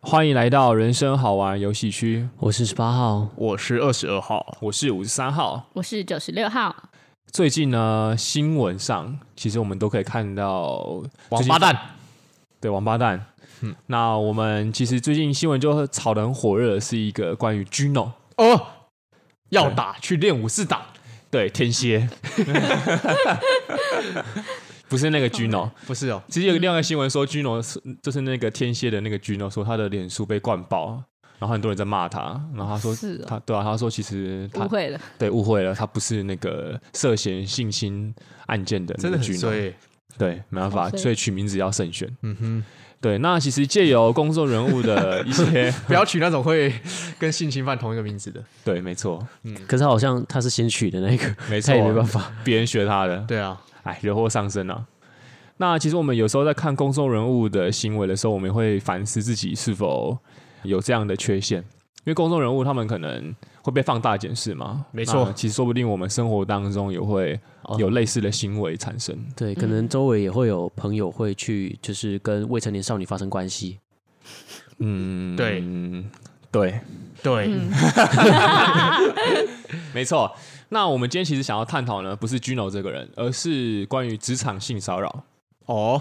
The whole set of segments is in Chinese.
欢迎来到人生好玩游戏区，我是十八号，我是二十二号，我是五十三号。我是九十六号，最近呢，新闻上其实我们都可以看到王八蛋。对王八蛋。嗯，那我们其实最近新闻就炒得很火热，的是一个关于 Gino 哦，要打去练武士打，对天蝎， 不是那个 Gino。不是哦，其实有另外一个新闻说，Gino 是就是那个天蝎的那个 Gino 说他的脸书被灌爆，然后很多人在骂他，然后他说是哦他对啊，他说其实他误会了，对误会了，他不是那个涉嫌性侵案件的那真个的很 Gino 衰。欸对，没办法，好衰所以取名字要慎选。嗯哼，对，那其实借由公众人物 的一些，不要取那种会跟性侵犯同一个名字的。对，没错，可是他好像他是先取的那个， 哎没错，他啊也没办法。别人学他的， 对啊，哎，惹祸上身啊。那其实我们有时候在看公众人物的行为的时候，我们会反思自己是否有这样的缺陷，因为公众人物他们可能会被放大检视嘛。没错那其实说不定我们生活当中也会哦有类似的行为产生。对，可嗯能周围也会有朋友会去，就是跟未成年少女发生关系。嗯，对对，对，嗯没错。那我们今天其实想要探讨呢，不是 Gino 这个人，而是关于职场性骚扰。哦，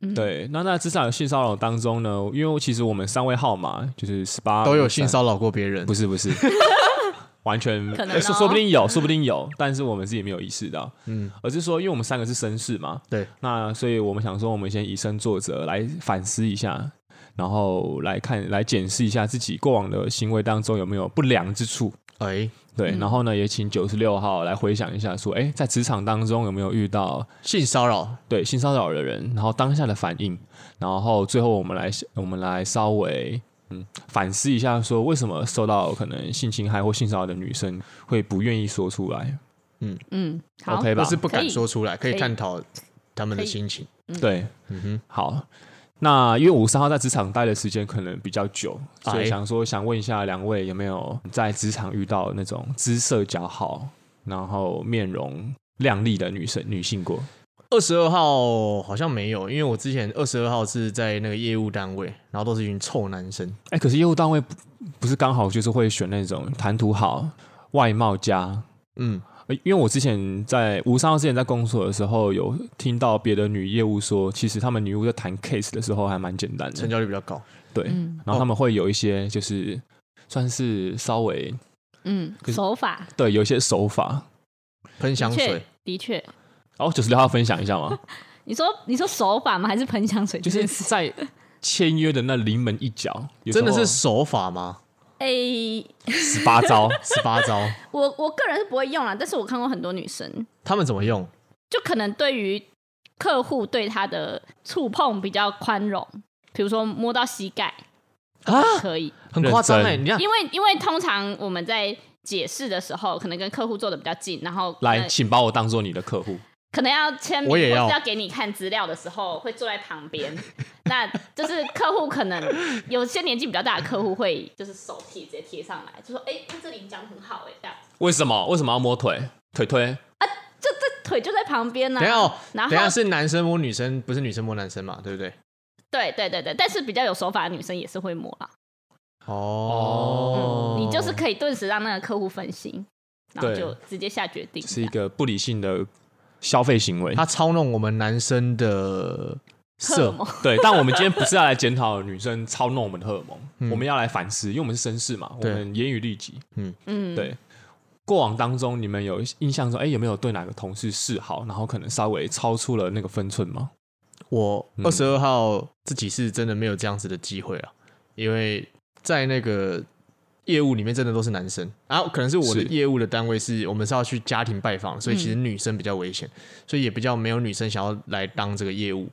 嗯，对，那在职场性骚扰当中呢，因为其实我们三位号码就是十八都有性，骚扰过别人不，是不 是，完全哎可能诶说哦说不定有，说不定有，但是我们自己没有意识到，嗯，而是说因为我们三个是绅士嘛，对，那所以我们想说，我们先以身作则来反思一下，然后来看来检视一下自己过往的行为当中有没有不良之处。哎，对，嗯然后呢，也请九十六号来回想一下，说，哎，在职场当中有没有遇到性骚扰，对性骚扰的人，然后当下的反应，然后最后我们来我们来稍微嗯反思一下，说为什么受到可能性侵害或性骚扰的女生会不愿意说出来？嗯，好 OK 吧或是不可敢以说出来，可以可以探讨他们的可以心情。对，嗯哼，好，那因为五三号在职场待的时间可能比较久，所以哎想说想问一下两位有没有在职场遇到那种姿色姣好，然后面容靓丽的女生女性过？二十二号好像没有，因为我之前二十二号是在那个业务单位，然后都是一群臭男生。哎、可是业务单位不不是刚好就是会选那种谈吐好、外貌佳，嗯，呃因为我之前在吴三号之前在工作的时候，有听到别的女业务说，其实他们女务在谈 case 的时候还蛮简单成的，交率比较高。对，嗯然后他们会有一些就是算是稍微嗯可，是手法对有一些手法。哦喷香的确水，的确，然后九十六号分享一下 吗？你说你说手法吗？还是喷香水就这是件事？在签约的那临门一脚，有时真候的是手法吗？哎、十八 招，十八招，我我个人是不会用啦，但是我看过很多女生，他们怎么用？就可能对于客户对她的触碰比较宽容，比如说摸到膝盖啊可以，很夸张哎！认你看，因为因为通常我们在解释的时候，可能跟客户坐的比较近，然后可来，能请把我当做你的客户。可能要签名，我也或要是要给你看资料的时候，会坐在旁边。 那就是客户可能有些年纪比较大的客户会就是手贴直接贴上来，就说：“哎、这里你讲的很好哎、这样为什么？为什么要摸腿？腿腿？就这腿就在旁边呢、等一下哦，然等后一下是男生摸女生，不是女生摸男生嘛？对不对？对对对对，但是比较有手法的女生也是会摸啦。哦，嗯你就是可以顿时让那个客户分心，然后对就直接下决定就这是一样。个不理性的消费行为。他操弄我们男生的荷尔色蒙，对，但我们今天不是要来检讨女生操弄我们的荷尔蒙，嗯我们要来反思，因为我们是绅士嘛，我对们严以律己。嗯，对，过往当中，你们有印象中，哎、有没有对哪个同事示好，然后可能稍微超出了那个分寸吗？我嗯二十二号自己是真的没有这样子的机会啊，因为在那个业务里面真的都是男生，然、后可能是我的是业务的单位是我们是要去家庭拜访，所以其实嗯女生比较危险，所以也比较没有女生想要来当这个业务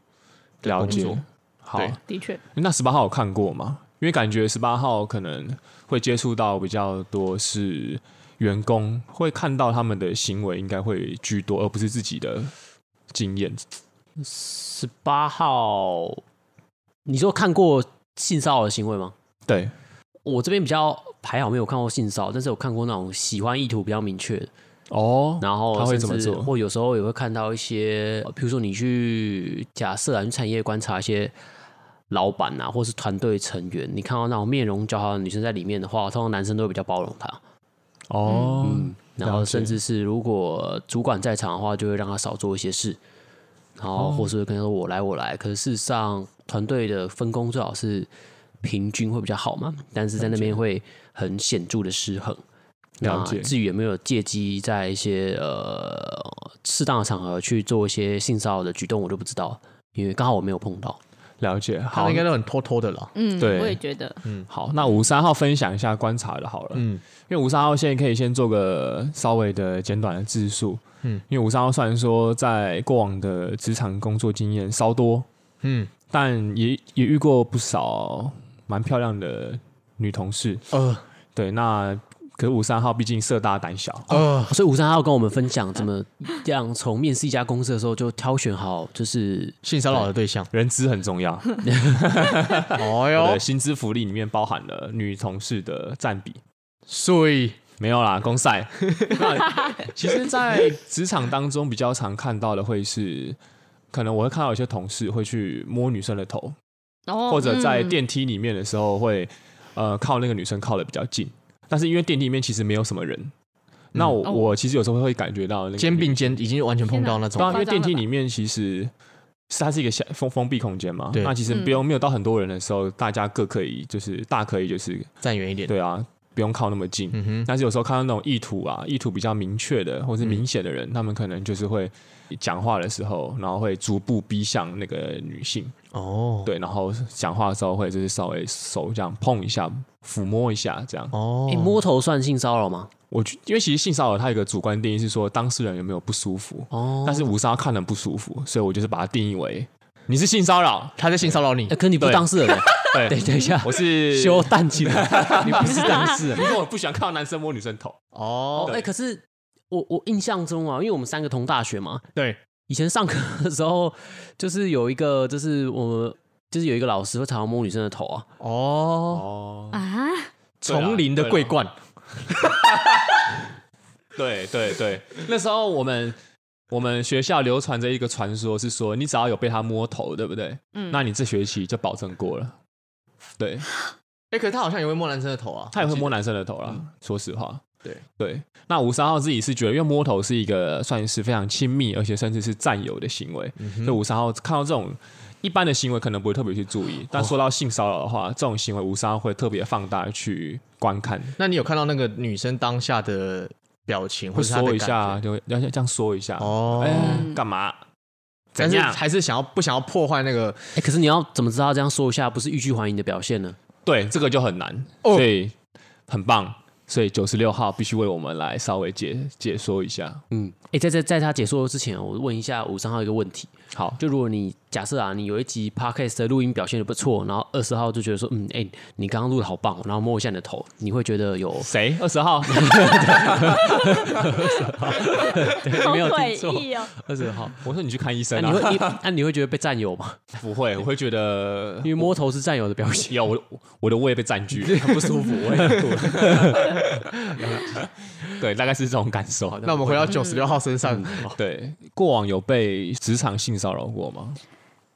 的了工解作。好，对的确，那十八号有看过吗？因为感觉十八号可能会接触到比较多是员工，会看到他们的行为应该会居多，而不是自己的经验。十八号，你说看过性骚扰的行为吗？对，我这边比较还好，没有看过性骚扰，但是有看过那种喜欢意图比较明确的，哦，然后他会甚怎么至做或有时候也会看到一些，呃比如说你去假设啊，你去产业观察一些老板啊，或是团队成员，你看到那种面容姣好的女生在里面的话，通常男生都会比较包容她。哦，嗯然后了解甚至是如果主管在场的话，就会让他少做一些事，然后哦或是会跟他说我来我来。可是事实上，团队的分工最好是平均会比较好嘛，但是在那边会很显著的失衡。了解那至于有没有借机在一些呃适当的场合去做一些性骚扰的举动，我就不知道了，因为刚好我没有碰到。了解。他好们应，该都很偷偷的啦。嗯，对我也觉得，好，那五三号分享一下观察的好了，嗯，因为五三号现在可以先做个稍微的简短的自述，嗯嗯，因为五三号虽然说在过往的职场工作经验稍多，嗯，但也也遇过不少蛮漂亮的女同事，呃对，那可是五三号毕竟色大胆小，呃，所以吴三要跟我们分享怎么样从面试一家公司的时候就挑选好，就是性骚扰的对 象。人资很重要，哎我呦的，薪资福利里面包含了女同事的占比。所以没有 啦，公赛。 那其实，在职场当中比较常看到的会是，可能我会看到有些同事会去摸女生的头，然后或者在嗯电梯里面的时候会呃靠那个女生靠的比较近，但是因为电梯里面其实没有什么人，那我、哦我其实有时候会感觉到那个肩并肩已经完全碰到当那种然，因为电梯里面其实是它是一个小 封封闭空间嘛，对那其实不用没有到很多人的时候，大家各可以就是大可以就是站远一点。对啊，不用靠那么近。嗯哼，但是有时候看到那种意图啊，意图比较明确的或是嗯明显的人，他们可能就是会讲话的时候，然后会逐步逼向那个女性，哦，对，然后讲话的时候会就是稍微手这样碰一下、抚摸一下这样。哦诶，摸头算性骚扰吗？我觉因为其实性骚扰它有一个主观定义是说当事人有没有不舒服，哦，但是五杀看了不舒服，所以我就是把它定义为你是性骚扰，他在性骚扰你欸、，可你不对当事人欸， 对，等等一下，我是修蛋起来。 你不 是当事人，因为我不喜欢看到男生摸女生头，哦，哦哎、对可是我我印象中啊，因为我们三个同大学嘛，对，以前上课的时候，就是有一个，就是我们就是有一个老师会常常摸女生的头啊，哦，哦，啊，丛林的桂冠， 对对对，那时候我们我们学校流传着一个传说，是说你只要有被他摸头，对不对？嗯那你这学期就保证过了。对，哎，可是他好像也会摸男生的头啊，他也会摸我记男生的头啦，说实话。嗯对对，那五三号自己是觉得，因为摸头是一个算是非常亲密，而且甚至是占有的行为，嗯所以五三号看到这种一般的行为，可能不会特别去注意。哦但说到性骚扰的话，这种行为五三号会特别放大去观看，得。那你有看到那个女生当下的表情，会或是她的说一感下，觉？就要这样说一下，哦哎、，干嘛？怎但是样？还是想要不想要破坏那个哎、可是你要怎么知道这样说一下不是欲拒还迎的表现呢？对，这个就很难，哦所以很棒。所以九十六号必须为我们来稍微解解说一下。嗯，哎、在在在他解说之前，啊我问一下五三号一个问题，好，就如果你假设啊，你有一集 podcast 的录音表现的不错，然后二十号就觉得说，嗯，哎、你刚刚录的好棒哦，然后摸一下你的头，你会觉得有谁？二十 号？好没有诡听错异哦，二十号？我说你去看医生那、啊你。会你那、你会觉得被占有 吗？不会， 我会觉得因为摸头是占有的表 现。有我的我的胃被占据， 很不舒服， 我也吐了。对，大概是这种感受。那我们回到九十六号身上，对过往有被职场性骚扰过吗？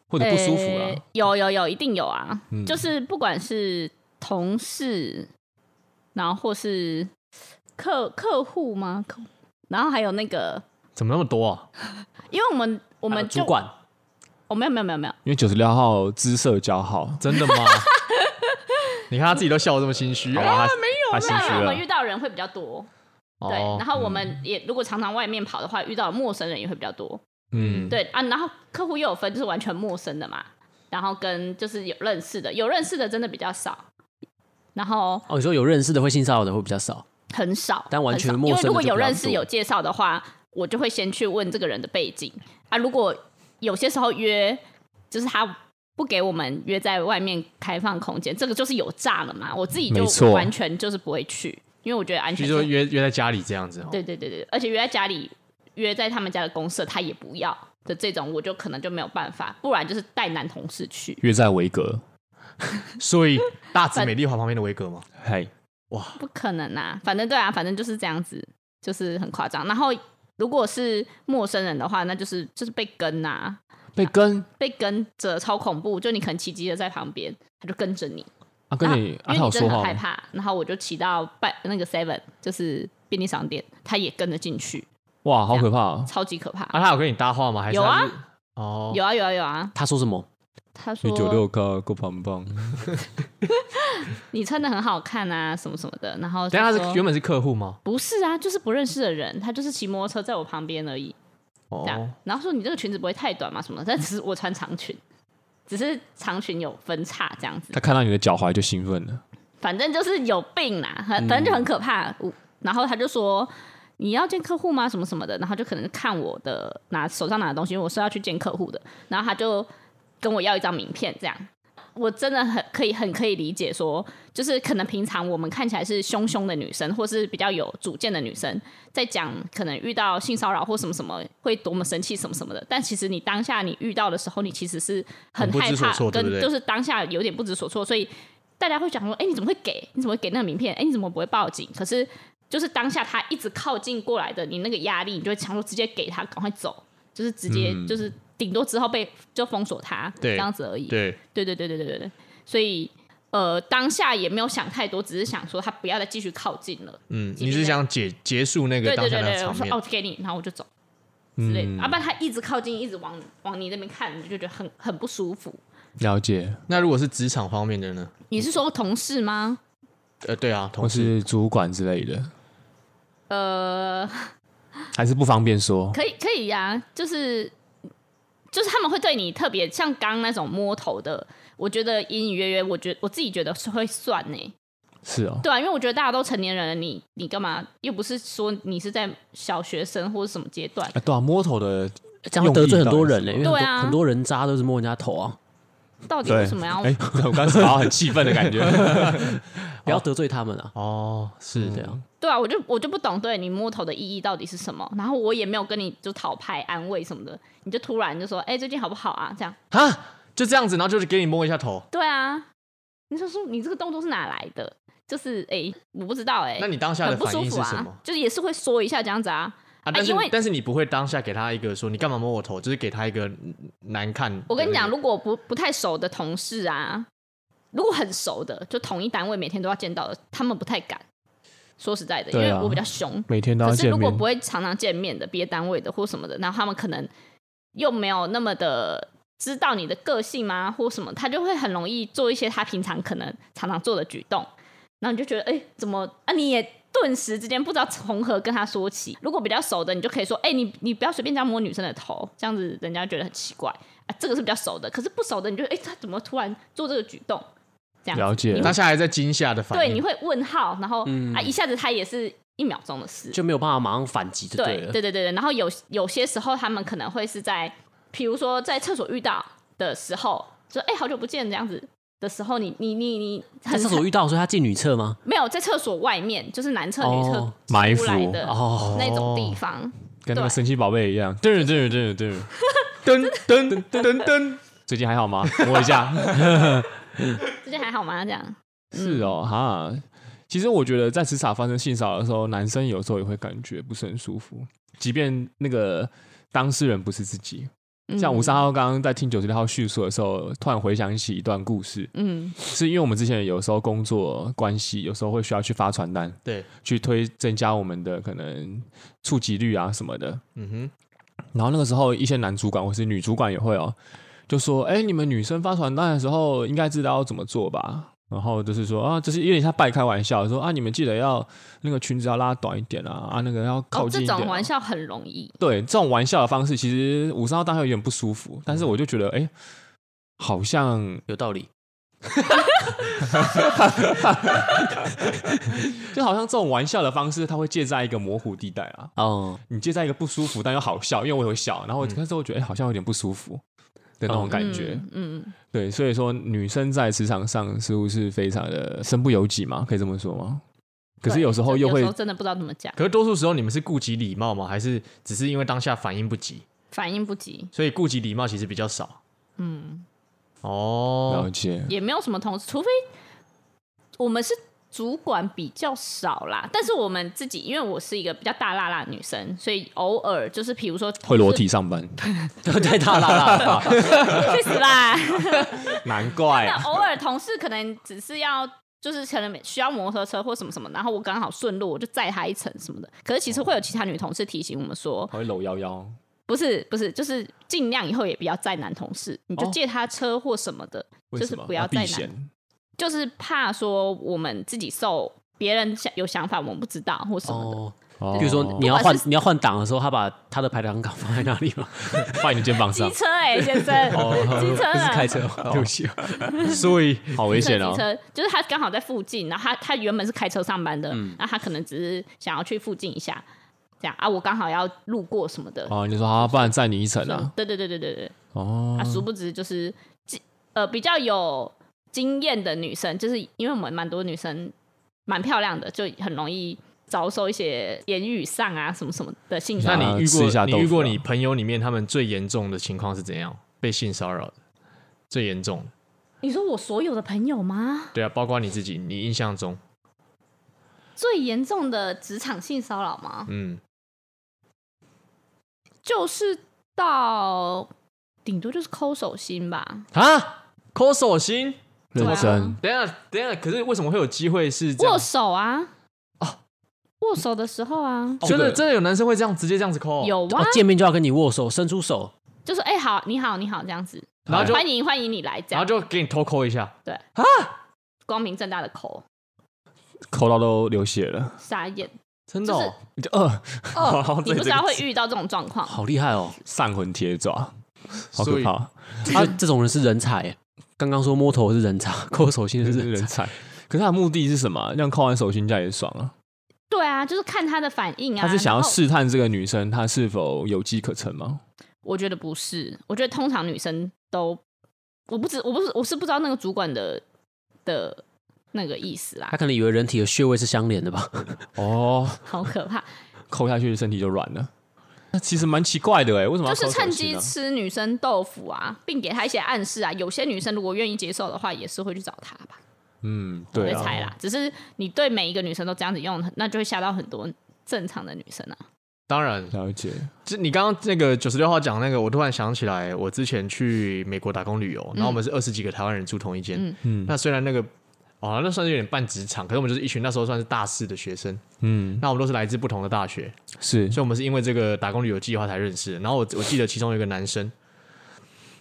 或者不舒服啊嗯啦呃？有有有，一定有啊，就是不管是同事，然后或是客客户吗？客户然后还有那个，怎么那么多啊？因为我们我我们就主管哦，没有没有没有没有，因为九十六号姿色较好，真的吗？你看他自己都笑得这么心虚好吧， 啊！他 他心虚我们遇了。嗯到人会比较多，对，哦然后我们也如果常常外面跑的话，遇到陌生人也会比较多，嗯，对啊，然后客户又有分，就是完全陌生的嘛，然后跟就是有认识的，有认识的真的比较少，然后哦，你说有认识的会性骚扰的会比较少，很少，但完全很少陌生的因为如果就比较有认识多有介绍的话，我就会先去问这个人的背景啊。如果有些时候约，就是他不给我们约在外面开放空间，这个就是有诈了嘛。我自己没就错完全就是不会去，因为我觉得安就全是性。说约约在家里这样子哦。对对对对，而且约在家里，约在他们家的公社，他也不要的这种，我就可能就没有办法。不然就是带男同事去，约在维格，所以大直美丽华旁边的维格吗？嘿，不可能啊！反正对啊，反正就是这样子，就是很夸张。然后如果是陌生人的话，那就是就是被跟啊，被跟被跟着超恐怖，就你可能骑机车在旁边，他就跟着你，啊跟你啊阿因为涛你真说的很话害吗，怕，然后我就骑到半那个 Seven，就是便利商店，他也跟着进去，哇，好可怕哦！超级可怕。啊，他有跟你搭话吗？还是有啊他是，哦，有啊有啊有啊，他说什么？他说咖够棒棒，你穿的很好看啊，什么什么的，然后等一下他说是原本是客户吗？不是啊，就是不认识的人，他就是骑摩托车在我旁边而已，哦这，样。然后说你这个裙子不会太短嘛什么的，但只是我穿长裙，只是长裙有分叉这样子他，看到你的脚踝就兴奋了，反正就是有病啦，很反正就很可怕。我然后他就说你要见客户吗？什么什么的，然后就可能看我的拿手上拿的东西，因为我是要去见客户的，然后他就跟我要一张名片这样。我真的很可以很可以理解说就是可能平常我们看起来是凶凶的女生，或是比较有主见的女生，在讲可能遇到性骚扰或什么什么会多么生气什么什么的，但其实你当下你遇到的时候，你其实是很不害知所怕，措对不跟对就是当下有点不知所措，所以大家会讲说，哎、你怎么会给？你怎么会给那个名片？哎、你怎么不会报警？可是就是当下他一直靠近过来的，你那个压力，你就会强说直接给他，赶快走，就是直接、嗯就是顶多之后被就封锁他，对这样子而已。对，对对对对对对对，所以呃，当下也没有想太多，只是想说他不要再继续靠近了。嗯，今你天是想结结束那个对当对下对那个对，我场说面嗯哦，给你，然后我就走之类的。啊要、不然他一直靠近，一直往往你那边看，你就觉得很很不舒服。了解，那如果是职场方面的呢？你是说同事吗？呃，对啊，或同事是主管之类的，呃， 还是不方便说。可以可以呀、就是就是他们会对你特别像刚那种摸头的，我觉得隐隐约约，我觉我自己觉得是会算呢、是哦，对啊，因为我觉得大家都成年人了，你你干嘛？又不是说你是在小学生或者什么阶段，啊对啊，摸头的这样会得罪很多人呢、用因意为很到底是什么多、对啊很多人渣都是摸人家头啊， 到底为什么要？哎，我刚才好像很气愤的感 觉。不要得罪他们啊。哦，是对啊，对啊，我就我就不懂，对你摸头的意义到底是什么？然后我也没有跟你就讨拍安慰什么的，你就突然就说，哎、最近好不好啊？这样，啊，就这样子，然后就是给你摸一下头。对啊，你就说你这个动作是哪来的？就是哎、我不知道哎、那你当下很的不反舒应是服什么啊？，就是也是会说一下这样子啊。啊，但是、因为但是你不会当下给他一个说你干嘛摸我头，就是给他一个嗯难看的那个。我跟你讲，如果不不太熟的同事啊，如果很熟的，就同一单位每天都要见到的，他们不太敢。说实在的，因对啊为我比较凶，每天都要可是见如果面不，会常常见面的，别的单位的或什么的，然后他们可能又没有那么的知道你的个性啊，或什么，他就会很容易做一些他平常可能常常做的举动，然后你就觉得，哎、怎么啊？你也顿时之间不知道从何跟他说起。如果比较熟的，你就可以说，哎、你你不要随便这样摸女生的头，这样子人家觉得很奇怪啊。这个是比较熟的，可是不熟的，你就哎、他怎么突然做这个举动？这样子了解你会当下还在惊吓的反对，应，你会问号，然后、啊，一下子他也是一秒钟的事，就没有办法马上反击就对了。对对对，然后有有些时候他们可能会是在，比如说在厕所遇到的时候，说哎、好久不见这样子的时候，你你你你在很厕所遇到，所以他进女厕吗？没有在厕所外面，就是男厕女哦厕埋出来伏的哦，那种地方，跟那个对神奇宝贝一样，噔噔噔噔噔噔。噔噔噔噔，最近还好吗？摸一下。最近还好吗？这样是哦，哈。其实我觉得在职场发生性骚扰的时候，男生有时候也会感觉不是很舒服，即便那个当事人不是自己。嗯像五三号刚刚在听九十六号叙述的时候，突然回想起一段故事，嗯是因为我们之前有时候工作关系，有时候会需要去发传单，对，去推增加我们的可能触及率啊什么的。嗯然后那个时候，一些男主管或是女主管也会哦，就说：“哎，你们女生发传单的时候，应该知道要怎么做吧？”然后就是说啊，就是有点像半开玩笑，说啊，你们记得要那个裙子要拉短一点啊，啊，那个要靠哦，近这一点、种玩，笑很容易，对，这种玩笑的方式，其实五三号当然有点不舒服，但是我就觉得，哎，好像有道理。就好像这种玩笑的方式，它会介在一个模糊地带啊， 哦，你介在一个不舒服但又好笑，因为我也会笑，然后我但是我觉得，哎，好像有点不舒服的那种感觉。嗯，嗯对，所以说女生在职场上似乎是非常的身不由己嘛，可以这么说吗？可是对有时候就哦又会有时候真的不知道怎么讲，可是多数时候你们是顾及礼貌吗？还是只是因为当下反应不及，反应不及，所以顾及礼貌其实比较少？嗯，了哦，解，也没有什么同事，除非我们是主管比较少啦，但是我们自己，因为我是一个比较大辣辣的女生，所以偶尔就是比如说会裸 体上班，太大啦啦，去死啦，难怪那偶尔同事可能只是要，就是可能需要摩托车或什么什么，然后我刚好顺路，我就载他一程什么的。可是其实会有其他女同事提醒我们说，还会搂腰腰。不是不是，就是尽量以后也不要载男同事，你就借他车或什么的，哦为就是什么啊不要避再嫌，就是怕说我们自己受别人想有想法，我们不知道或什么的。哦，哦 比如说你要换不管是你要换挡的时候，他把他的排挡杆放在哪里 吗？放你的肩膀机上，车哎、先 生，哦 机车不是啊，开车，对不起， 所以好危计险哦程！车 就是他刚好在附近，然后他他原本是开车上班的，嗯那他可能只是想要去附近一下，这样啊，我刚好要路过什么的，嗯哦，你说好，不然载你一程啊？对对对对对对，哦啊，，殊不知就是呃比较有经验的女生，就是因为我们蛮多女生蛮漂亮的，就很容易遭受一些言语上啊什么什么的性骚那扰。啊你遇吃一下过你豆遇腐过啊你朋友里面他们最严重的情况是怎样？被性骚扰的最严重的，你说我所有的朋友吗？对啊，包括你自己，你印象中，最严重的职场性骚扰吗？嗯，就是到顶多就是抠手心吧。啊，抠手心，认真啊，等一下等一下，可是为什么会有机会是这握样？手啊，握手的时候啊，哦真这的个真的有男生会这样直接这样子抠哦，有啊哦，，见面就要跟你握手，伸出手，就是哎、好，你好，你好，这样子，然后就欢迎欢迎你来，这然后样就给你偷抠一下，光明正大的抠，抠到都流血了，傻眼，真的哦、就是你就呃，好你不知道会遇到这种状况，好厉害哦！上魂铁爪，好所可以怕，他这种人是人才耶，刚刚说摸头是 人才，抠手心的真是是人人 才。才。可是他的目的是什么啊？让抠完手心这样也爽啊？对啊，就是看他的反应啊，他是想要然后试探这个女生她是否有机可乘吗？我觉得不是，我觉得通常女生都，我不知我不是我是不知道那个主管的的那个意思啦他，可能以为人体的穴位是相连的吧？哦，好可怕，抠下去身体就软了，那其实蛮奇怪的哎，为什么要抠就是啊手趁心机呢？吃女生豆腐啊，并给她一些暗示啊。有些女生如果愿意接受的话，也是会去找他吧。嗯，我对会啊，猜啦，只是你对每一个女生都这样子用，那就会吓到很多正常的女生啊。当然，了解，就你刚刚那个九十六号讲那个，我突然想起来，我之前去美国打工旅游，然后我们是二十几个台湾人住同一间。嗯嗯那虽然那个哦，那算是有点半职场，可是我们就是一群那时候算是大四的学生，嗯，那我们都是来自不同的大学，是所以我们是因为这个打工旅游计划才认识的。然后我我记得其中有一个男生，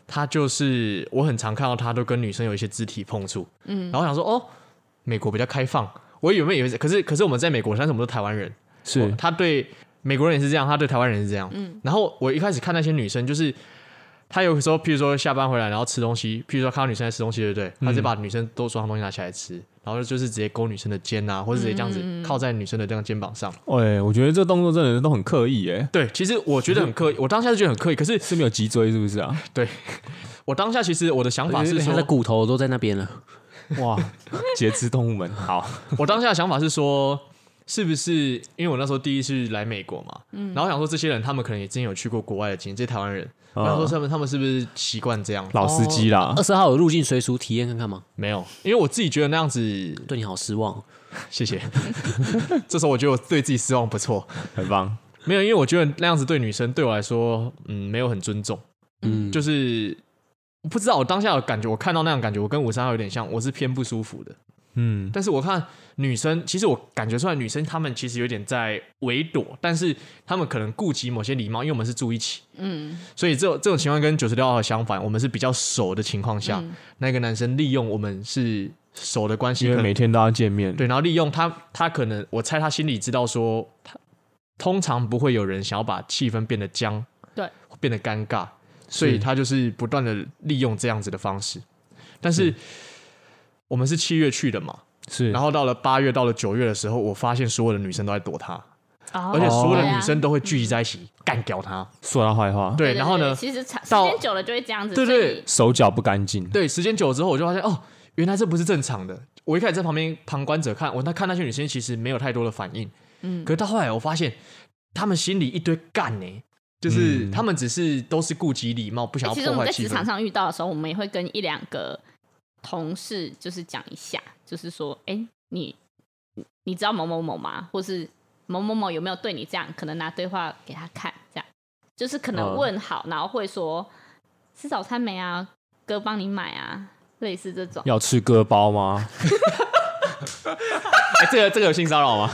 他就是我很常看到他都跟女生有一些肢体碰触，嗯，然后我想说哦，美国比较开放，我原本以为是，可是可是我们在美国，但是我们都台湾人，是他对美国人也是这样，他对台湾人也是这样。然后我一开始看那些女生，就是他有时候，譬如说下班回来，然后吃东西，譬如说看到女生在吃东西，对不对？他就把女生都手上东西拿起来吃，然后就是直接勾女生的肩啊，或者直接这样子靠在女生的这样肩膀上。哎，我觉得这动作真的都很刻意哎，嗯对，其实我觉得很刻意，我当下是觉得很刻意，可是是没有脊椎是不是啊？我当下其实我的想法而且是他说的，骨头都在那边了，哇，截肢动物们好，我当下的想法是说。是不是因为我那时候第一次来美国嘛，然后我想说这些人他们可能也之前有去过国外的经验，这些台湾人，我想说嗯他们他们是不是习惯这样？老司机啦二，十号有入境随俗体验看看吗？没有，因为我自己觉得那样子，对你好失望。谢谢。 这时候我觉得我对自己失望不错，很棒，没有，因为我觉得那样子对女生对我来说，嗯，没有很尊重。嗯，就就是我不知道我当下的感觉，我看到那样的感觉，我跟五三号有点像，我是偏不舒服的。嗯，但是我看女生，其实我感觉出来，女生她们其实有点在围躲，但是她们可能顾及某些礼貌，因为我们是住一起，嗯，所以这种这种情况跟九十六号相反，我们是比较熟的情况嗯下，嗯那个男生利用我们是熟的关系，因为可能每天都要见面，对，然后利用他，他可能我猜他心里知道说，他通常不会有人想要把气氛变得僵，对，变得尴尬，所以他就是不断的利用这样子的方式。但是我们是七月去的嘛，是，然后到了八月，到了九月的时候，我发现所有的女生都在躲他，哦而且所有的对啊女生都会聚集在一起干掉他。说他坏话，对，然后呢，其实长时到间久了就会这样子，对所以对手脚不干净，对，时间久了之后，我就发现哦，原来这不是正常的。我一开始在旁边旁观者看，我那看那些女生其实没有太多的反应，嗯，可是到后来我发现，她们心里一堆干呢、欸就是嗯她们只是都是顾及礼貌，不想要哎其实我破们坏在气职场氛。上遇到的时候，我们也会跟一两个同事就是讲一下，就是说，哎、你你知道某某某吗？或是某某某有没有对你这样？可能拿对话给他看，这样就是可能嗯问好，然后会说吃早餐没啊？哥帮你买啊，类似这种。要吃割包吗？哎、这个这个有性骚扰吗？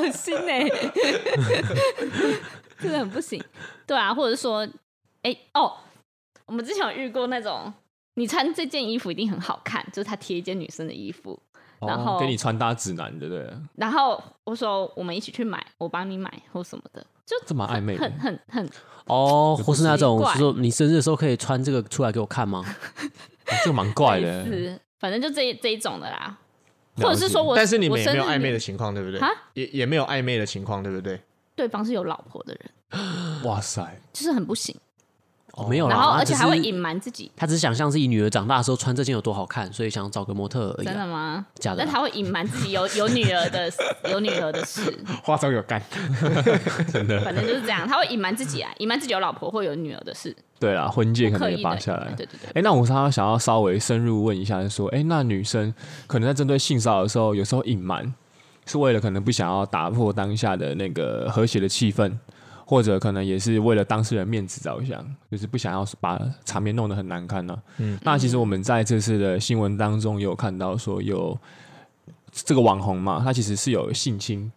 恶心 哎、这个很不行。对啊，或者说，哎、哦，我们之前有遇过那种，你穿这件衣服一定很好看，就是他贴一件女生的衣服，然后哦给你穿搭指南的，对，然后我说我们一起去买，我帮你买或什么的，就这蛮暧昧的 很。很很哦，或是那种奇怪是说你生日的时候可以穿这个出来给我看吗？哦这个蛮怪类的，似，反正就这一这一种的啦。解或者是说我，但是你们我也生没有日暧昧礼的情况，对不对哈？也也没有暧昧的情况，对不对？对方是有老婆的人，哇塞，就是很不行。哦，没有啦，然后他而只且还会是隐瞒自己，他只是想象自己女儿长大的时候穿这件有多好看，所以想找个模特而已真的啊。吗？假的但啦他会隐瞒自己有有女儿 的有女儿的事，花招有干，反正就是这样，他会隐瞒自己啊，隐瞒自己有老婆或有女儿的事，对啦，婚戒可刻能也意拔的下来。对对对，哎、那我常常想要稍微深入问一下，就是说，哎、那女生可能在针对性骚扰的时候，有时候隐瞒，是为了可能不想要打破当下的那个和谐的气氛，或者可能也是为了当事人面子着想，就是不想要把场面弄得很难堪呢、嗯，那其实我们在这次的新闻当中也有看到说有这个网红嘛，他其实是有性侵，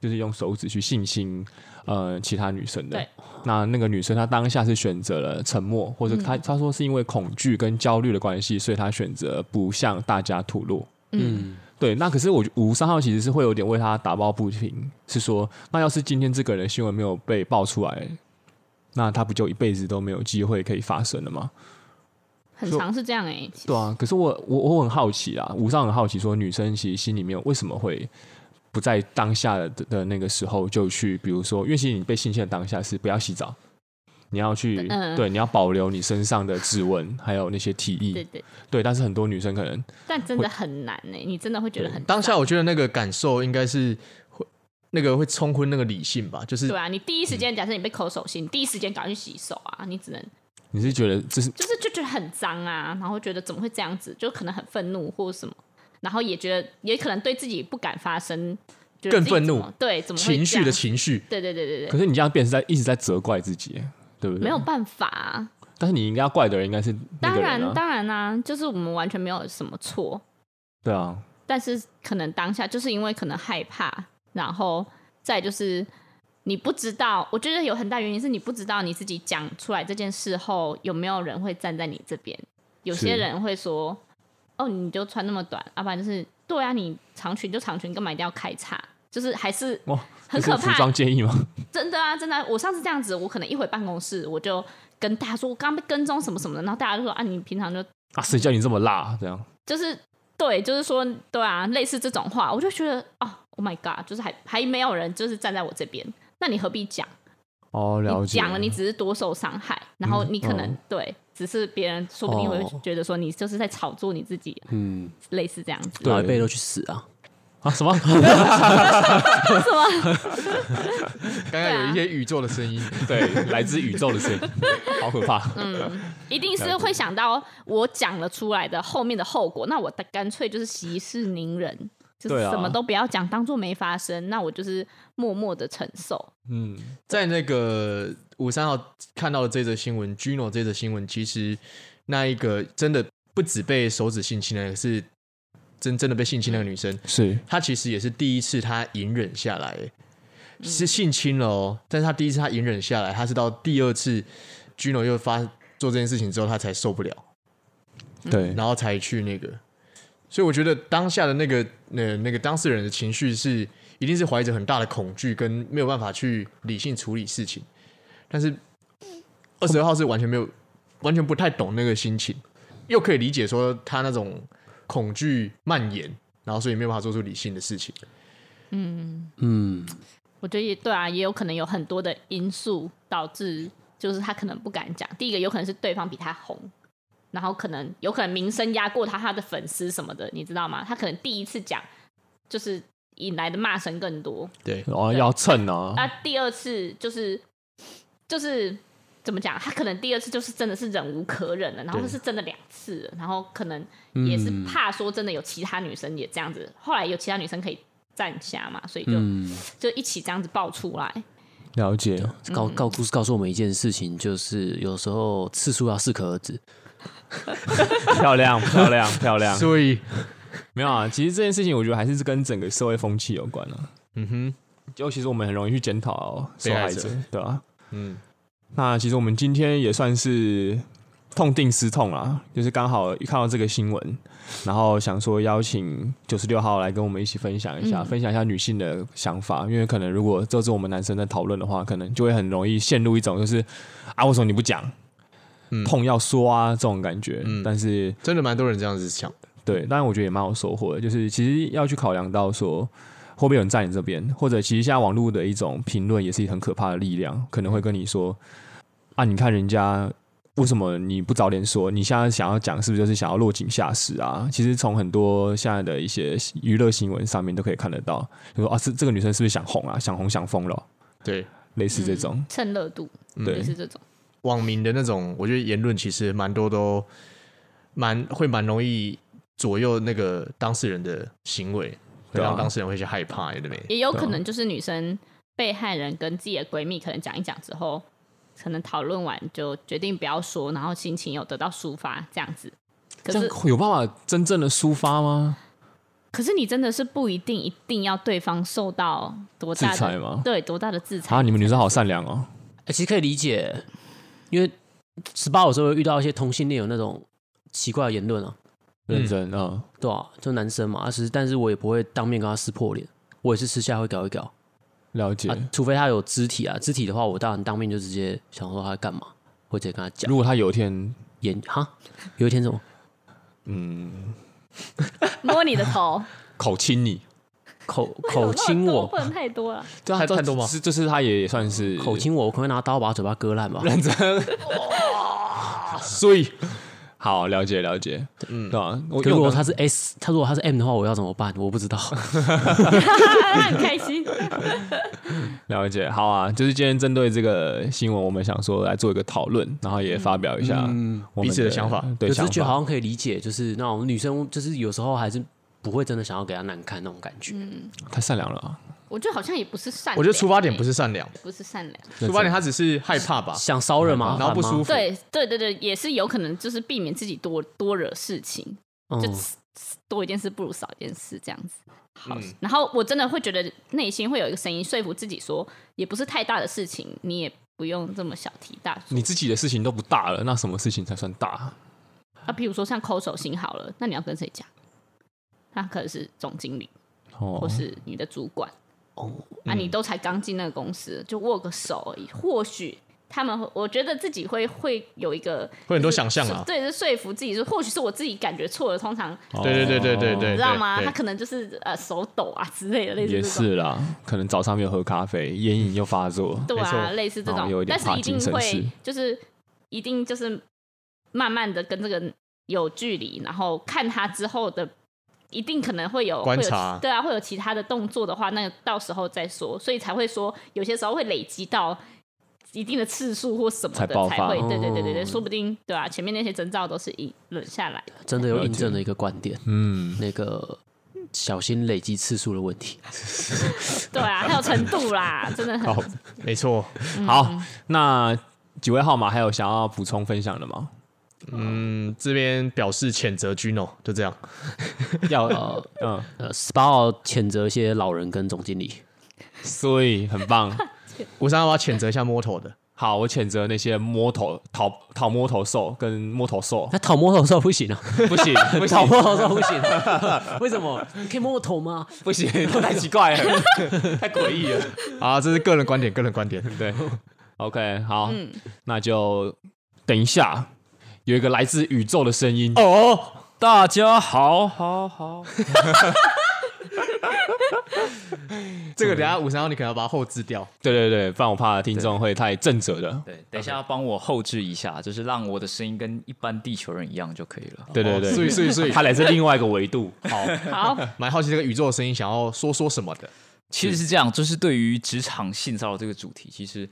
就是用手指去性侵呃其他女生的对。那那个女生她当下是选择了沉默，或者她、她说是因为恐惧跟焦虑的关系，所以她选择不向大家吐露。嗯，对，那可是我五三号其实是会有点为她打抱不平，是说那要是今天这个人的新闻没有被爆出来，那她不就一辈子都没有机会可以发声了吗？很就常是这样哎、欸，其实对啊，可是我我我很好奇啊，吴尚很好奇说，女生其实心里面为什么会不在当下的的那个时候就去，比如说，因为其实你被性侵的当下是不要洗澡，你要去、嗯对，你要保留你身上的指纹，还有那些体液，对对，对。但是很多女生可能但真的很难哎、你真的会觉得很当下烦我觉得那个感受应该是会那个会冲昏那个理性吧，就是对啊，你第一时间假设你被口手心，你第一时间赶快去洗手啊，你只能你是觉得这是就是就觉得很脏啊，然后觉得怎么会这样子，就可能很愤怒或什么，然后也觉得也可能对自己不敢发声，觉得更自己愤怎怒么对怎么会情这绪样的情绪。对对对对可对，是你这样变成在一直在责怪自己，对不对？没有，办法、啊，但是你应该要怪的人应该是那嗯当个人然啊，当然啊，就是我们完全没有什么错，对啊，但是可能当下就是因为可能害怕，然后再就是你不知道，我觉得有很大原因是你不知道你自己讲出来这件事后有没有人会站在你这边。有些是人会说：“哦，你就穿那么短，要、不然就是对啊，你长裙就长裙，干嘛一定要开叉？”就是还是哇，哦这很是可服怕装建议吗？ 真的啊，真的啊、我上次这样子，我可能一回办公室，我就跟大家说我刚被跟踪什么什么的，然后大家就说：“啊，你平常就啊，谁叫你这么辣？这样就是对，就是说对啊，类似这种话，我就觉得哦，Oh my god，就是还还没有人就是站在我这边，那你何必讲？哦，了你解。讲了，你只是多受伤害，然后你可能、嗯对，只是别人说不定哦会觉得说你就是在炒作你自己，嗯，类似这样子。对老一辈都去死啊！啊什么？刚刚有一些宇宙的声音，啊对，来自宇宙的声音，好可怕。一定是会想到我讲了出来的后面的后果，那我的干脆就是息事宁人，就是对啊什么都不要讲，当做没发生，那我就是默默的承受。嗯， 在那个五三号看到的这则新闻，Gino 这则新闻，其实那一个真的不止被手指性侵那个，是真真的被性侵那个女生，是她其实也是第一次她隐忍下来，是性侵了哦，但是她第一次她隐忍下来，她是到第二次 Gino 又发做这件事情之后，她才受不了，对，然后才去那个。所以我觉得当下的那个呃那个当事人的情绪是一定是怀着很大的恐惧跟没有办法去理性处理事情，但是二十二号是完全没有完全不太懂那个心情，又可以理解说他那种恐惧蔓延，然后所以没有办法做出理性的事情。嗯，我觉得也对啊，也有可能有很多的因素导致，就是他可能不敢讲。第一个有可能是对方比他红，然后可能有可能名声压过他，他的粉丝什么的，你知道吗？他可能第一次讲，就是引来的骂声更多。哦对，啊然后要蹭啊，那第二次就是就是怎么讲？他可能第二次就是真的是忍无可忍了，然后对是真的两次了，然后可能也是怕说真的有其他女生也这样子，后来有其他女生可以站下嘛，所以就、嗯就一起这样子爆出来。了解，告告故事告诉我们一件事情，就是有时候次数要适可而止。漂亮，漂 亮，漂亮。所以没有啊，其实这件事情我觉得还是跟整个社会风气有关啊。嗯尤其是我们很容易去检讨受害者被害，对吧、哼，嗯，那其实我们今天也算是痛定思痛啦，就是刚好一看到这个新闻，然后想说邀请九十六号来跟我们一起分享一下，分享一下女性的想法，因为可能如果这是我们男生在讨论的话，可能就会很容易陷入一种就是啊，为什么你不讲？嗯痛要说啊，这种感觉，但是真的蛮多人这样子想的，对，但我觉得也蛮有收获的，就是其实要去考量到说会不会有人站你这边，或者其实现在网络的一种评论也是一个很可怕的力量，可能会跟你说啊，你看人家为什么你不早点说？你现在想要讲是不是就是想要落井下石啊？其实从很多现在的一些娱乐新闻上面都可以看得到，就说啊，是这个女生是不是想红啊，想红想疯了，对类似这种。嗯趁热度，对嗯就是这种。网民的那种，我觉得言论其实蛮多都蛮会蛮容易左右那个当事人的行为，会对啊让当事人会去害怕，有的没。也有对啊可能就是女生被害人跟自己的闺蜜可能讲一讲之后，可能讨论完就决定不要说，然后心情有得到抒发这样子。可这是样有办法真正的抒发吗？可是你真的是不一定一定要对方受到多大制裁的吗对多大的制裁啊，你们女生好善良哦，欸其实可以理解，因为十八有时候会遇到一些同性恋有那种奇怪的言论啊，嗯认真啊，对啊，就男生嘛，啊其实但是我也不会当面跟他撕破脸，我也是私下会搞一搞了解。啊，除非他有肢体啊，肢体的话我当然当面就直接想说他在干嘛，或者跟他讲如果她有一天演哈，有一天怎么摸你的 头，哎口亲你。口口亲我不。能太多了。 对啊，太这太多吗是就是他也算是口，亲我，我可能会拿刀把他嘴巴割烂 吧。所以好了解了解，嗯，对啊，我可如果我他是 S，他如果他是 M 的话，我要怎么办？我不知道。他很开心，了解好啊，就是今天针对这个新闻，我们想说来做一个讨论，然后也发表一下我们彼此的想法对，有时想候觉得好法像可以理解，就是那种女生，就是有时候还是不会真的想要给他难看那种感觉。太善良了啊，我觉得好像也不是善良欸，我觉得出发点不是善良，不是善良，真出发点他只是害怕吧，想骚人嗯麻烦吗，然后不舒服，对对对对，也是有可能就是避免自己多多惹事情，嗯就多一件事不如少一件事这样子。好，然后我真的会觉得内心会有一个声音说服自己说，也不是太大的事情，你也不用这么小题大做你自己的事情都不大了，那什么事情才算大？啊。比如说像抠手心好了，那你要跟谁讲？他可能是总经理，哦 或，是你的主管。哦啊，嗯你都才刚进那个公司，就握个手而已，或许。他们会，我觉得自己会会有一个会很多想象啊是对，是说服自己说，或许是我自己感觉错了。通常对对对对对对，你知道吗？他对可能就是呃手抖啊之类的，类似也这种。是啦，可能早上没有喝咖啡，眼影又发作， 对没啊，错类似这然后种有一，点但是怕一精定神是会就是一定就是慢慢的跟这个有距离，然后看他之后的，一定可能会有观会有察对啊，会有其他的动作的话，那个到时候再说，所以才会说有些时候会累积到。一定的次数或什么才的爆才发会，对对对对对，哦说不定对啊，前面那些征兆都是引忍下来的，真的有印证了了一个观点，嗯，那个小心累积次数的问题。对啊，还有程度啦，真的很好，没错，嗯好，那几位号码还有想要补充分享的吗？嗯，这边表示谴责 Gino，就这样，要嗯，呃，十八号谴责一些老人跟总经 理，所以很棒。 我想要谴责一下摸头的，好，我谴责那些摸头讨讨摸头兽跟摸头兽，那讨摸头的时候不行啊， 不 行不 讨行摸头的时候不行，啊 为什么？你可以摸我头吗？不行，太奇怪了， 太诡异了。啊，这是个人观点，个人观点， 对，OK，好，那就等一下，有一个来自宇宙的声音哦，大家好，好，好，这个等下五三幺你可能要把它后置掉，对对对，不然我怕听众会太正直的。对，等一下要帮我后置一下，就是让我的声音跟一般地球人一样就可以了。对对所以对，所以所以他来自另外一个维 度。好，好，蛮好奇这个宇宙的声音想要说说什么的，其实是这样，就是对于职场性骚扰这个主题，其实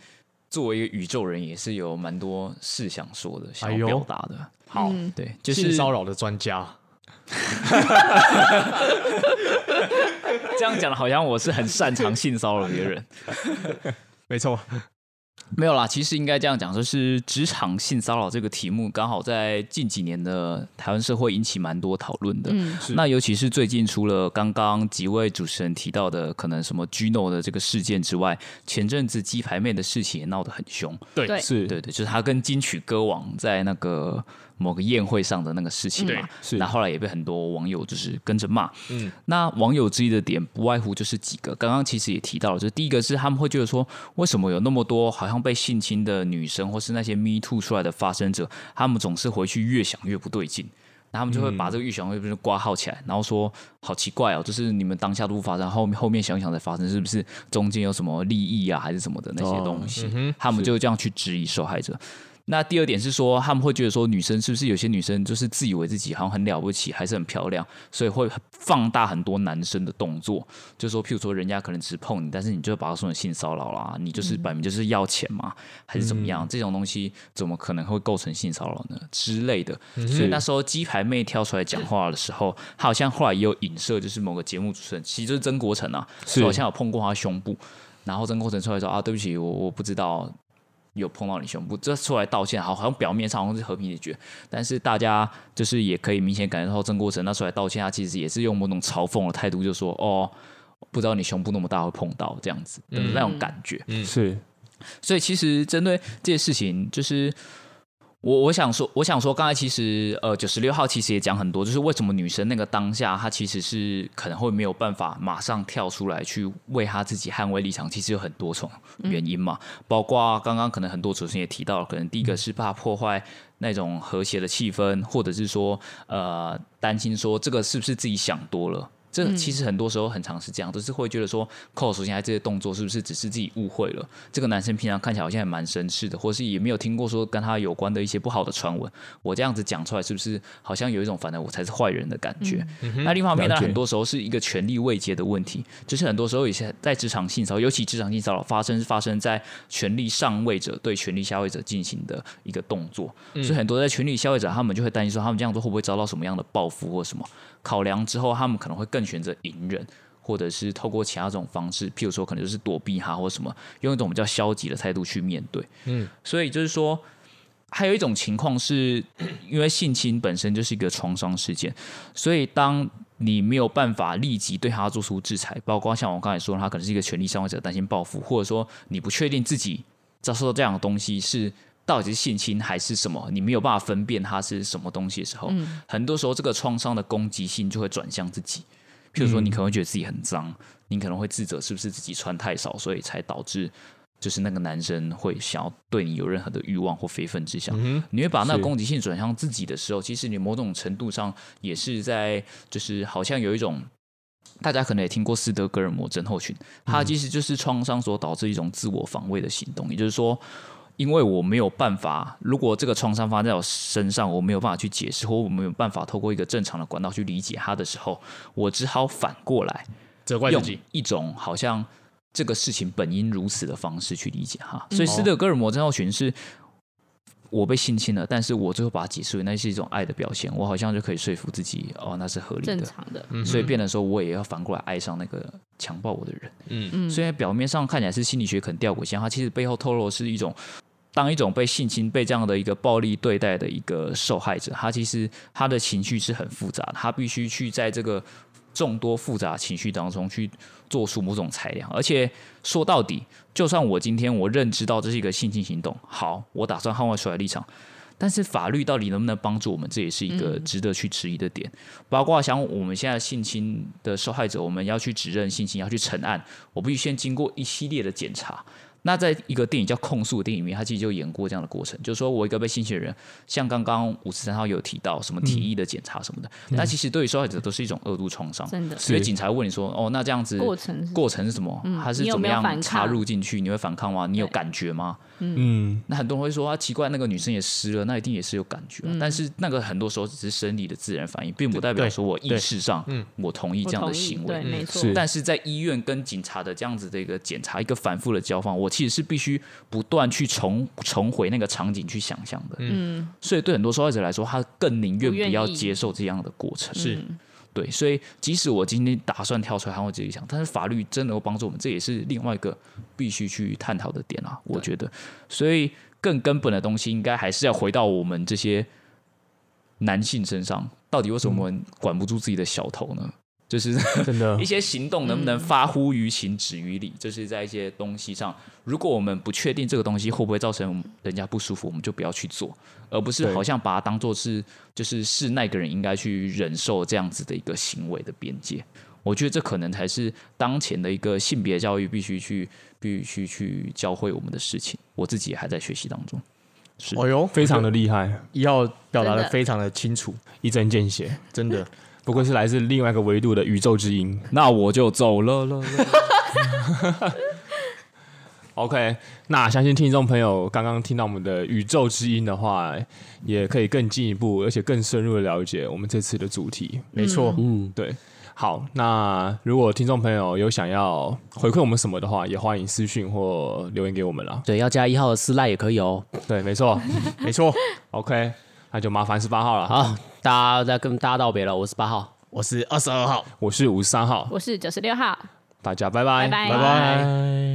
作为一个宇宙人，也是有蛮多事想说的，想哎呦要表达的。好，嗯对，就性是骚扰的专家，这样讲的，好像我是很擅长性骚扰别人。没错，没有啦，其实应该这样讲，就是职场性骚扰这个题目，刚好在近几年的台湾社会引起蛮多讨论的。嗯那尤其是最近，除了刚刚几位主持人提到的可能什么 Gino 的这个事件之外，前阵子鸡排妹的事情也闹得很凶。对是对对，就是她跟金曲歌王在那个某个宴会上的那个事情嘛。是那后来也被很多网友就是跟着骂。嗯嗯，那网友之一的点不外乎就是几个，刚刚其实也提到了，就是第一个是他们会觉得说，为什么有那么多好像被性侵的女生，或是那些 Me Too 出来的发生者，他们总是回去越想越不对劲。然后他们就会把这个预想会不是挂号起来，然后说好奇怪哦，就是你们当下都不发生，后面后面想一想才发生，是不是中间有什么利益啊，还是什么的那些哦东西？嗯他们就这样去质疑受害者。那第二点是说，他们会觉得说，女生是不是有些女生就是自以为自己好像很了不起，还是很漂亮，所以会放大很多男生的动作，就说譬如说人家可能只碰你，但是你就把他说成性骚扰啦，你就是摆明就是要钱嘛，还是怎么样？这种东西怎么可能会构成性骚扰呢？之类的。所以那时候鸡排妹跳出来讲话的时候，她好像后来也有影射，就是某个节目主持人，其实就是曾国成啊，是说好像有碰过她胸部，然后曾国成出来说啊，对不起，我我不知道有碰到你胸部，这出来道歉，好好像表面上好像是和平解决，但是大家就是也可以明显感觉到曾国成那出来道歉，他其实也是用某种嘲讽的态度，就说哦。不知道你胸部那么大会碰到这样子的那种感觉，嗯是所以其实针对这些事情，就是我我想说，我想说，刚才其实呃九十六号其实也讲很多，就是为什么女生那个当下，她其实是可能会没有办法马上跳出来去为她自己捍卫立场，其实有很多重原因嘛，包括刚刚可能很多主持人也提到了，可能第一个是怕破坏。那种和谐的气氛，或者是说，呃，担心说这个是不是自己想多了？这其实很多时候很常是这样，都是会觉得说，扣手现在这些动作是不是只是自己误会了？这个男生平常看起来好像也蛮绅士的，或是也没有听过说跟他有关的一些不好的传闻。我这样子讲出来，是不是好像有一种反正我才是坏人的感觉？那另一方面，嗯了当然解很多时候是一个权力位阶的问题，就是很多时候也是在职场性骚扰，尤其职场性骚扰发生是发生在权力上位者对权力下位者进行的一个动作，嗯所以很多在权力下位者他们就会担心说，他们这样做会不会遭到什么样的报复或什么？考量之后，他们可能会更选择隐忍。或者是透过其他种方式，譬如说可能就是躲避他或什么，用一种比较消极的态度去面对。嗯，所以就是说，还有一种情况是，因为性侵本身就是一个创伤事件，所以当你没有办法立即对他做出制裁，包括像我刚才说，他可能是一个权力上位者，担心报复，或者说你不确定自己遭受到这样的东西是到底是性侵还是什么，你没有办法分辨它是什么东西的时候，很多时候这个创伤的攻击性就会转向自己。譬如说，你可能会觉得自己很脏，你可能会自责是不是自己穿太少，所以才导致就是那个男生会想要对你有任何的欲望或非分之想。你会把那个是攻击性转向自己的时候，其实你某种程度上也是在，就是好像有一种。大家可能也听过斯德哥尔摩症候群，它其实就是创伤所导致一种自我防卫的行动，也就是说，因为我没有办法，如果这个创伤发生在我身上，我没有办法去解释，或我没有办法透过一个正常的管道去理解它的时候，我只好反过来责怪自用己，一种好像这个事情本应如此的方式去理解哈。嗯所以斯德哥尔摩症候群是。我被性侵了，但是我最后把它解释为那是一种爱的表现，我好像就可以说服自己，哦，那是合理嗯正的，常的，所以变得说我也要反过来爱上那个强暴我的人。嗯，嗯虽然表面上看起来是心理学很吊诡像，它其实背后透露的是一种，当一种被性侵、被这样的一个暴力对待的一个受害者，他其实他的情绪是很复杂的，他必须去在这个众多复杂情绪当中去做出某种裁量。而且说到底，就算我今天我认知到这是一个性侵行动，好，我打算捍卫出来立场。但是法律到底能不能帮助我们，这也是一嗯个值得去质疑的点。包括像我们现在性侵的受害者，我们要去指认性侵，要去成案，我必须先经过一系列的检查。那在一个电影叫《控诉》的电影里面，他其实就演过这样的过程，就是说我一个被性侵的人，像刚刚五十三号有提到什么嗯体液的检查什么的，那、其实对于受害者都是一种恶度创伤。真的所以警察会问你说：“哦，那这样子过程是嗯过程是什么？他是你有怎么没有反抗样插入进去？你会反抗吗？你有感觉吗？”嗯那很多人会说啊，奇怪，那个女生也湿了，那一定也是有感觉啊、嗯但是那个很多时候只是生理的自然反应，并不代表对嗯说我意识上我同意我这样的同意行为嗯对，。没错，是但是在医院跟警察的这样子的一个检查，一个反复的交换，我其实是必须不断去重重回那个场景去想象的。嗯，所以对很多受害者来说，他更宁愿不愿不要意接受这样的过程。是嗯对，所以即使我今天打算跳出来捍卫自己想，但是法律真的能够帮助我们，这也是另外一个必须去探讨的点啊，我觉得。所以更根本的东西，应该还是要回到我们这些男性身上，到底为什么我们管不住自己的小头呢？就是真的一些行动能不能发乎于情，止于理，这、是在一些东西上，如果我们不确定这个东西会不会造成人家不舒服，我们就不要去做，而不是对好像把它当做是就是是那个人应该去忍受这样子的一个行为的边界。我觉得这可能才是当前的一个性别教育必须去必须去教会我们的事情。我自己也还在学习当中。是哦哟，非常的厉害，要表达真的的非常的清楚，一针见血，真的。不愧是来自另外一个维度的宇宙之音。那我就走了了了 OK，那相信听众朋友刚刚听到我们的宇宙之音的话，也可以更进一步，而且更深入的了解我们这次的主题。没错，嗯，对，好，那如果听众朋友有想要回馈我们什么的话，也欢迎私讯或留言给我们啦。对，要加一号的私赖也可以哦。对，没错没错。 ，OK，那就麻烦十八号了。好，大家再跟大家道别了，我是八号。我是二十二号，我是五十三号，我是九十六号，哎大家拜拜，拜拜拜。